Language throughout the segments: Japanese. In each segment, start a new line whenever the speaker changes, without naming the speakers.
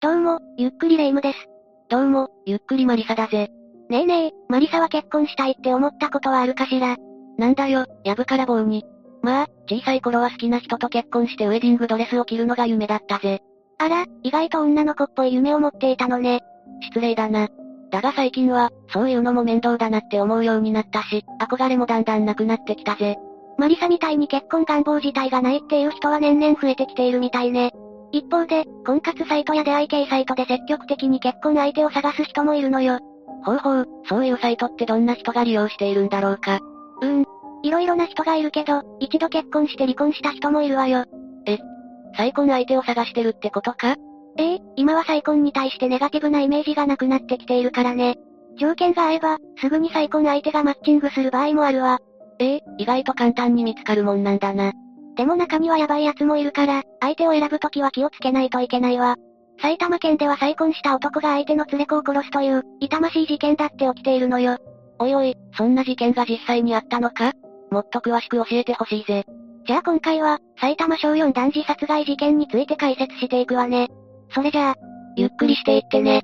どうも、ゆっくりレ夢ムです。
どうも、ゆっくりマリサだぜ。
ねえねえ、マリサは結婚したいって思ったことはあるかしら
なんだよ、やぶから棒に。まあ、小さい頃は好きな人と結婚してウェディングドレスを着るのが夢だったぜ。
あら、意外と女の子っぽい夢を持っていたのね。
失礼だな。だが最近は、そういうのも面倒だなって思うようになったし、憧れもだんだんなくなってきたぜ。
マリサみたいに結婚願望自体がないっていう人は年々増えてきているみたいね。一方で、婚活サイトや出会い系サイトで積極的に結婚相手を探す人もいるのよ。
ほうほう、そういうサイトってどんな人が利用しているんだろうか。
うーん。いろいろな人がいるけど、一度結婚して離婚した人もいるわよ。
え再婚相手を探してるってことか
ええ今は再婚に対してネガティブなイメージがなくなってきているからね。条件が合えば、すぐに再婚相手がマッチングする場合もあるわ。
ええ意外と簡単に見つかるもんなんだな。
でも中にはヤバい奴もいるから、相手を選ぶときは気をつけないといけないわ。埼玉県では再婚した男が相手の連れ子を殺すという、痛ましい事件だって起きているのよ。
おいおい、そんな事件が実際にあったのかもっと詳しく教えてほしいぜ。
じゃあ今回は、埼玉小4男児殺害事件について解説していくわね。それじゃあ、
ゆっくりしていってね。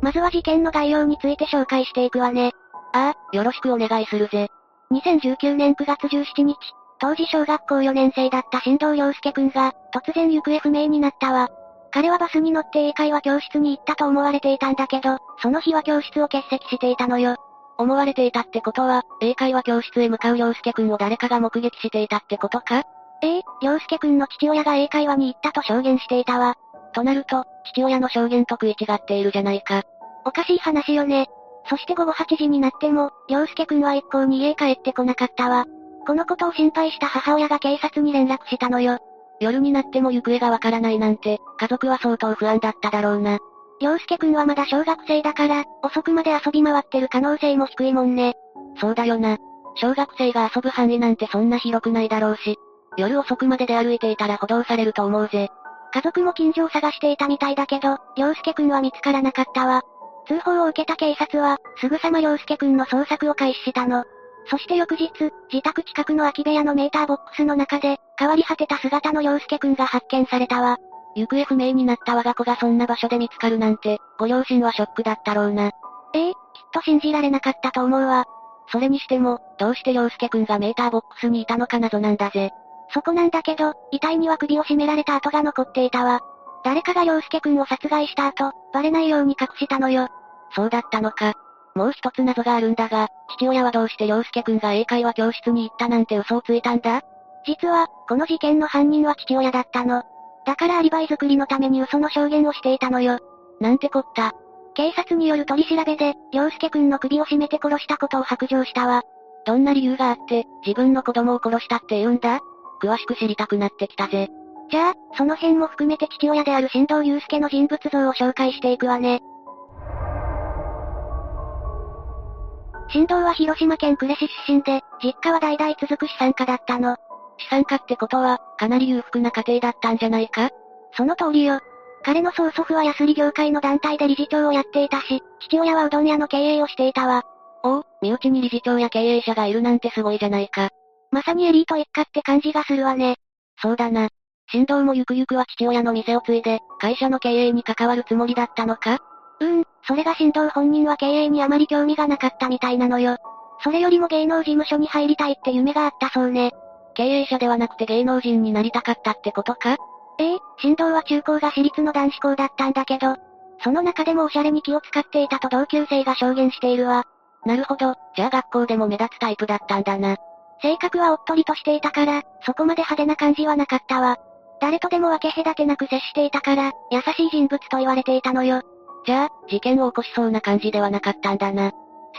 まずは事件の概要について紹介していくわね。
ああ、よろしくお願いするぜ。
2019年9月17日、当時小学校4年生だった新藤良介くんが、突然行方不明になったわ。彼はバスに乗って英会話教室に行ったと思われていたんだけど、その日は教室を欠席していたのよ。
思われていたってことは、英会話教室へ向かう良介くんを誰かが目撃していたってことか
ええ良介くんの父親が英会話に行ったと証言していたわ。
となると、父親の証言と食い違っているじゃないか。
おかしい話よね。そして午後8時になっても、良介くんは一向に家へ帰ってこなかったわ。このことを心配した母親が警察に連絡したのよ。
夜になっても行方がわからないなんて、家族は相当不安だっただろうな。
良介くんはまだ小学生だから、遅くまで遊び回ってる可能性も低いもんね。
そうだよな。小学生が遊ぶ範囲なんてそんな広くないだろうし。夜遅くまで出歩いていたら補導されると思うぜ。
家族も近所を探していたみたいだけど、良介くんは見つからなかったわ。通報を受けた警察は、すぐさま良介くんの捜索を開始したの。そして翌日、自宅近くの空き部屋のメーターボックスの中で、変わり果てた姿の良介くんが発見されたわ。
行方不明になった我が子がそんな場所で見つかるなんて、ご両親はショックだったろうな。
ええきっと信じられなかったと思うわ。
それにしても、どうして良介くんがメーターボックスにいたのか謎なんだぜ。
そこなんだけど、遺体には首を絞められた跡が残っていたわ。誰かが良介くんを殺害した後、バレないように隠したのよ。
そうだったのか。もう一つ謎があるんだが、父親はどうして良介くんが英会話教室に行ったなんて嘘をついたんだ
実は、この事件の犯人は父親だったの。だからアリバイ作りのために嘘の証言をしていたのよ。
なんてこった。
警察による取り調べで、良介くんの首を絞めて殺したことを白状したわ。
どんな理由があって、自分の子供を殺したって言うんだ詳しく知りたくなってきたぜ。
じゃあ、その辺も含めて父親である新藤祐介の人物像を紹介していくわね。新藤は広島県呉市出身で、実家は代々続く資産家だったの。
資産家ってことは、かなり裕福な家庭だったんじゃないか
その通りよ。彼の曽祖父はヤスリ業界の団体で理事長をやっていたし、父親はうどん屋の経営をしていたわ。
おお、身内に理事長や経営者がいるなんてすごいじゃないか。
まさにエリート一家って感じがするわね。
そうだな。新藤もゆくゆくは父親の店を継いで、会社の経営に関わるつもりだったのか
うーん、それが新藤本人は経営にあまり興味がなかったみたいなのよ。それよりも芸能事務所に入りたいって夢があったそうね。
経営者ではなくて芸能人になりたかったってことか
ええ、新藤は中高が私立の男子校だったんだけど、その中でもおしゃれに気を使っていたと同級生が証言しているわ。
なるほど、じゃあ学校でも目立つタイプだったんだな。
性格はおっとりとしていたから、そこまで派手な感じはなかったわ。誰とでも分け隔てなく接していたから、優しい人物と言われていたのよ。
じゃあ、事件を起こしそうな感じではなかったんだな。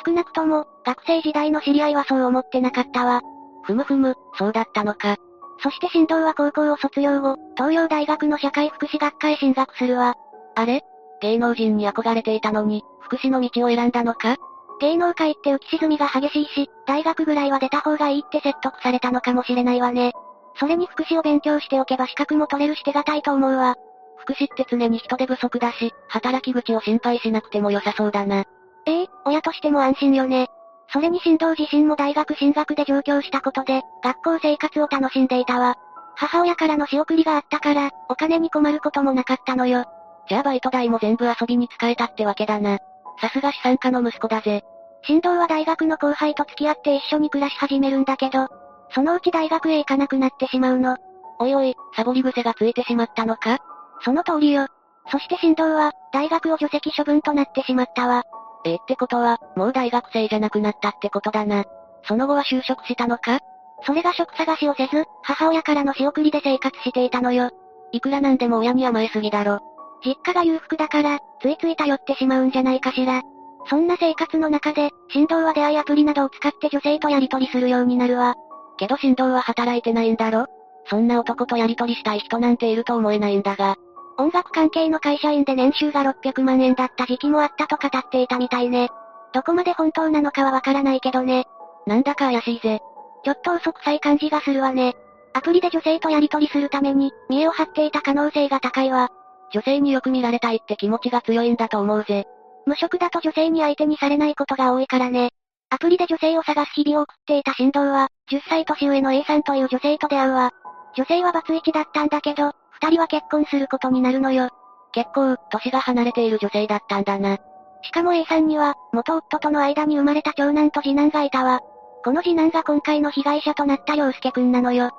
少なくとも、学生時代の知り合いはそう思ってなかったわ。
ふむふむ、そうだったのか。
そして新藤は高校を卒業後、東洋大学の社会福祉学科へ進学するわ。
あれ芸能人に憧れていたのに、福祉の道を選んだのか
芸能界って浮き沈みが激しいし、大学ぐらいは出た方がいいって説得されたのかもしれないわね。それに福祉を勉強しておけば資格も取れるし手堅いと思うわ。
福祉って常に人手不足だし、働き口を心配しなくても良さそうだな。
ええー、親としても安心よね。それに新藤自身も大学進学で上京したことで、学校生活を楽しんでいたわ。母親からの仕送りがあったから、お金に困ることもなかったのよ。
じゃあバイト代も全部遊びに使えたってわけだな。さすが資産家の息子だぜ。
振動は大学の後輩と付き合って一緒に暮らし始めるんだけど、そのうち大学へ行かなくなってしまうの。
おいおい、サボり癖がついてしまったのか
その通りよ。そして振動は、大学を除籍処分となってしまったわ。
ええってことは、もう大学生じゃなくなったってことだな。その後は就職したのか
それが職探しをせず、母親からの仕送りで生活していたのよ。
いくらなんでも親に甘えすぎだろ。
実家が裕福だから、ついつい頼ってしまうんじゃないかしら。そんな生活の中で、振動は出会いアプリなどを使って女性とやり取りするようになるわ。
けど振動は働いてないんだろそんな男とやり取りしたい人なんていると思えないんだが。
音楽関係の会社員で年収が600万円だった時期もあったと語っていたみたいね。どこまで本当なのかはわからないけどね。
なんだか怪しいぜ。
ちょっと嘘くさい感じがするわね。アプリで女性とやり取りするために、見栄を張っていた可能性が高いわ。
女性によく見られたいって気持ちが強いんだと思うぜ。
無職だと女性に相手にされないことが多いからね。アプリで女性を探す日々を送っていた振動は、10歳年上の A さんという女性と出会うわ。女性はバツイチだったんだけど、二人は結婚することになるのよ。
結構、年が離れている女性だったんだな。
しかも A さんには、元夫との間に生まれた長男と次男がいたわ。この次男が今回の被害者となった良介くんなのよ。
っ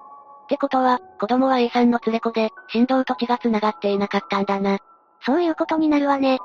てことは、子供は A さんの連れ子で、振動と血が繋がっていなかったんだな。
そういうことになるわね。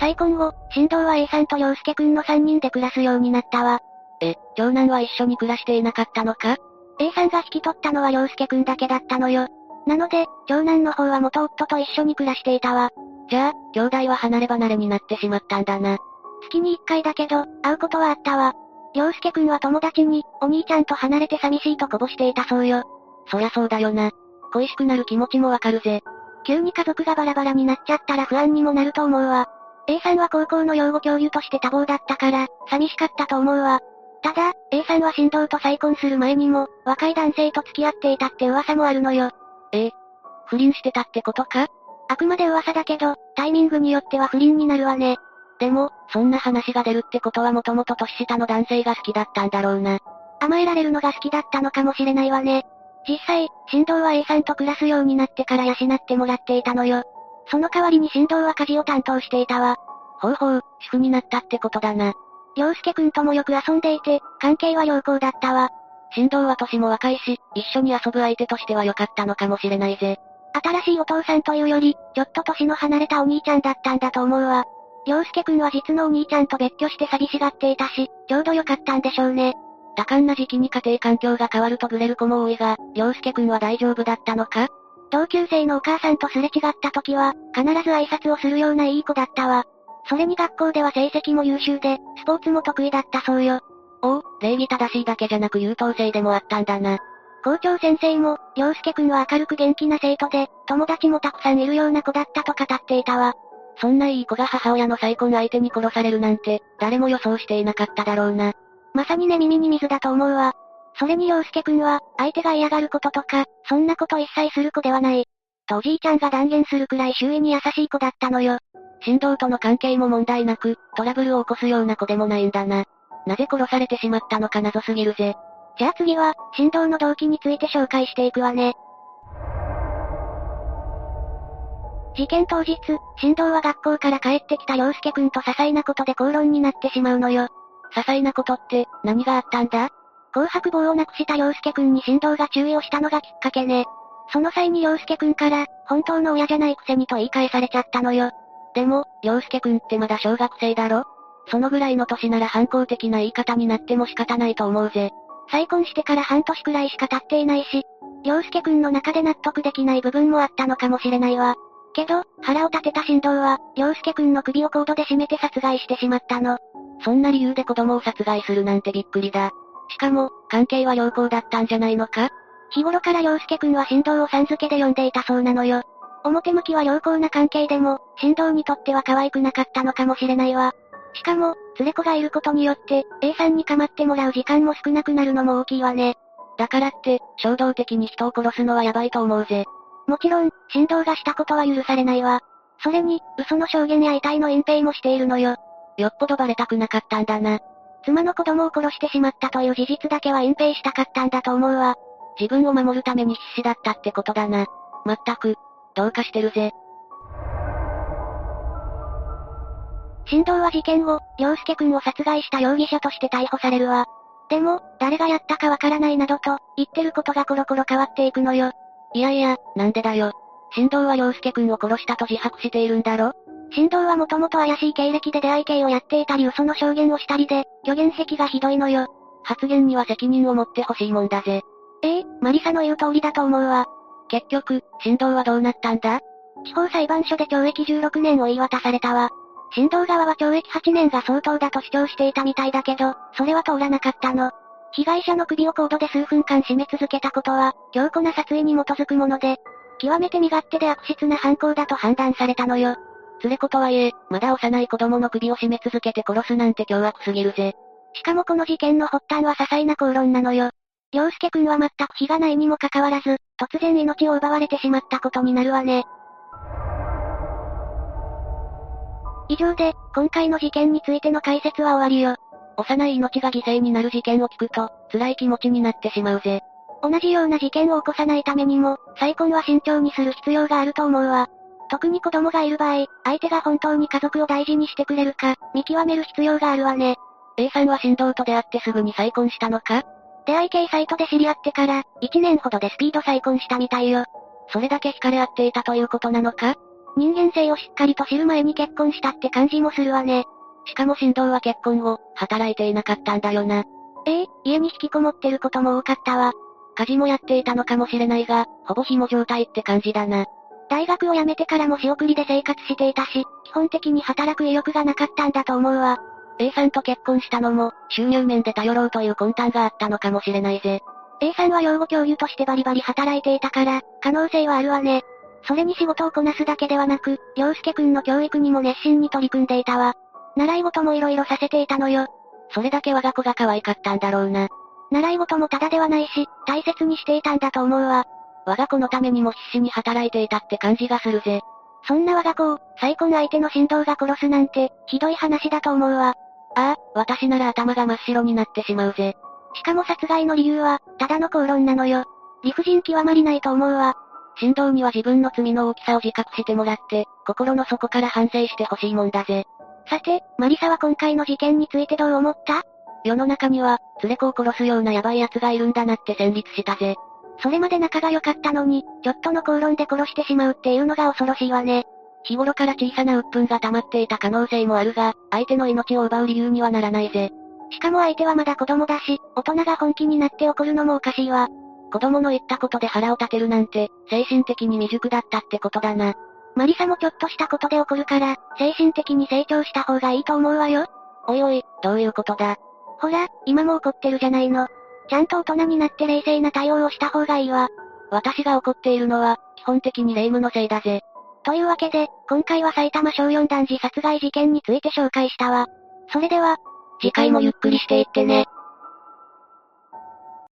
再婚後、振動は A さんと良介くんの3人で暮らすようになったわ。
え、長男は一緒に暮らしていなかったのか
?A さんが引き取ったのは良介くんだけだったのよ。なので、長男の方は元夫と一緒に暮らしていたわ。
じゃあ、兄弟は離れ離れになってしまったんだな。
月に1回だけど、会うことはあったわ。良介くんは友達に、お兄ちゃんと離れて寂しいとこぼしていたそうよ。
そりゃそうだよな。恋しくなる気持ちもわかるぜ。
急に家族がバラバラになっちゃったら不安にもなると思うわ。A さんは高校の養護教諭として多忙だったから、寂しかったと思うわ。ただ、A さんは振動と再婚する前にも、若い男性と付き合っていたって噂もあるのよ。
ええ、不倫してたってことか
あくまで噂だけど、タイミングによっては不倫になるわね。
でも、そんな話が出るってことはもともと年下の男性が好きだったんだろうな。
甘えられるのが好きだったのかもしれないわね。実際、振動は A さんと暮らすようになってから養ってもらっていたのよ。その代わりに振動は家事を担当していたわ。
ほうほう、主婦になったってことだな。
良介くんともよく遊んでいて、関係は良好だったわ。
振動は年も若いし、一緒に遊ぶ相手としては良かったのかもしれないぜ。
新しいお父さんというより、ちょっと年の離れたお兄ちゃんだったんだと思うわ。良介くんは実のお兄ちゃんと別居して寂しがっていたし、ちょうど良かったんでしょうね。
多感な時期に家庭環境が変わるとブレる子も多いが、良介くんは大丈夫だったのか
同級生のお母さんとすれ違った時は、必ず挨拶をするようないい子だったわ。それに学校では成績も優秀で、スポーツも得意だったそうよ。
おお、礼儀正しいだけじゃなく優等生でもあったんだな。
校長先生も、良介くんは明るく元気な生徒で、友達もたくさんいるような子だったと語っていたわ。
そんないい子が母親の再婚相手に殺されるなんて、誰も予想していなかっただろうな。
まさにね耳に水だと思うわ。それに陽介くんは、相手が嫌がることとか、そんなこと一切する子ではない。とおじいちゃんが断言するくらい周囲に優しい子だったのよ。
振動との関係も問題なく、トラブルを起こすような子でもないんだな。なぜ殺されてしまったのか謎すぎるぜ。
じゃあ次は、振動の動機について紹介していくわね。事件当日、振動は学校から帰ってきた陽介くんと些細なことで口論になってしまうのよ。
些細なことって、何があったんだ
紅白棒をなくした陽介くんに振動が注意をしたのがきっかけね。その際に陽介くんから、本当の親じゃないくせにと言い返されちゃったのよ。
でも、陽介くんってまだ小学生だろそのぐらいの年なら反抗的な言い方になっても仕方ないと思うぜ。
再婚してから半年くらいしか経っていないし、陽介くんの中で納得できない部分もあったのかもしれないわ。けど、腹を立てた振動は、陽介くんの首をコードで絞めて殺害してしまったの。
そんな理由で子供を殺害するなんてびっくりだ。しかも、関係は良好だったんじゃないのか
日頃から陽介くんは振動をさん付けで呼んでいたそうなのよ。表向きは良好な関係でも、振動にとっては可愛くなかったのかもしれないわ。しかも、連れ子がいることによって、A さんに構ってもらう時間も少なくなるのも大きいわね。
だからって、衝動的に人を殺すのはやばいと思うぜ。
もちろん、振動がしたことは許されないわ。それに、嘘の証言や遺体の隠蔽もしているのよ。
よっぽどバレたくなかったんだな。
妻の子供を殺してしまったという事実だけは隠蔽したかったんだと思うわ。
自分を守るために必死だったってことだな。まったく、どうかしてるぜ。
振動は事件後、良介くんを殺害した容疑者として逮捕されるわ。でも、誰がやったかわからないなどと、言ってることがコロコロ変わっていくのよ。
いやいや、なんでだよ。振動は良介くんを殺したと自白しているんだろ
振動はもともと怪しい経歴で出会い系をやっていたり嘘の証言をしたりで、虚言癖がひどいのよ。
発言には責任を持ってほしいもんだぜ。
ええマリサの言う通りだと思うわ。
結局、振動はどうなったんだ
地方裁判所で懲役16年を言い渡されたわ。振動側は懲役8年が相当だと主張していたみたいだけど、それは通らなかったの。被害者の首をコードで数分間締め続けたことは、強固な殺意に基づくもので、極めて身勝手で悪質な犯行だと判断されたのよ。
連れ子とはいえ、まだ幼い子供の首を絞め続けて殺すなんて凶悪すぎるぜ。
しかもこの事件の発端は些細な口論なのよ。良介くんは全く非がないにもかかわらず、突然命を奪われてしまったことになるわね。以上で、今回の事件についての解説は終わりよ。
幼い命が犠牲になる事件を聞くと、辛い気持ちになってしまうぜ。
同じような事件を起こさないためにも、再婚は慎重にする必要があると思うわ。特に子供がいる場合、相手が本当に家族を大事にしてくれるか、見極める必要があるわね。
A さんは振動と出会ってすぐに再婚したのか
出会い系サイトで知り合ってから、1年ほどでスピード再婚したみたいよ。
それだけ惹かれ合っていたということなのか
人間性をしっかりと知る前に結婚したって感じもするわね。
しかも振動は結婚後、働いていなかったんだよな。
ええ家に引きこもってることも多かったわ。
家事もやっていたのかもしれないが、ほぼ紐状態って感じだな。
大学を辞めてからも仕送りで生活していたし、基本的に働く意欲がなかったんだと思うわ。
A さんと結婚したのも、収入面で頼ろうという魂胆があったのかもしれないぜ。
A さんは養護教諭としてバリバリ働いていたから、可能性はあるわね。それに仕事をこなすだけではなく、良介くんの教育にも熱心に取り組んでいたわ。習い事も色々させていたのよ。
それだけ我が子が可愛かったんだろうな。
習い事もただではないし、大切にしていたんだと思うわ。
我が子のためにも必死に働いていたって感じがするぜ。
そんな我が子を、再婚相手の振動が殺すなんて、ひどい話だと思うわ。
ああ、私なら頭が真っ白になってしまうぜ。
しかも殺害の理由は、ただの口論なのよ。理不尽極まりないと思うわ。
振動には自分の罪の大きさを自覚してもらって、心の底から反省してほしいもんだぜ。
さて、マリサは今回の事件についてどう思った
世の中には、連れ子を殺すようなヤバい奴がいるんだなって戦慄したぜ。
それまで仲が良かったのに、ちょっとの口論で殺してしまうっていうのが恐ろしいわね。
日頃から小さな鬱憤が溜まっていた可能性もあるが、相手の命を奪う理由にはならないぜ。
しかも相手はまだ子供だし、大人が本気になって怒るのもおかしいわ。
子供の言ったことで腹を立てるなんて、精神的に未熟だったってことだな。
マリサもちょっとしたことで怒るから、精神的に成長した方がいいと思うわよ。
おいおい、どういうことだ
ほら、今も怒ってるじゃないの。ちゃんと大人になって冷静な対応をした方がいいわ。
私が怒っているのは、基本的に霊夢のせいだぜ。
というわけで、今回は埼玉小四団児殺害事件について紹介したわ。それでは、
次回もゆっくりしていってね。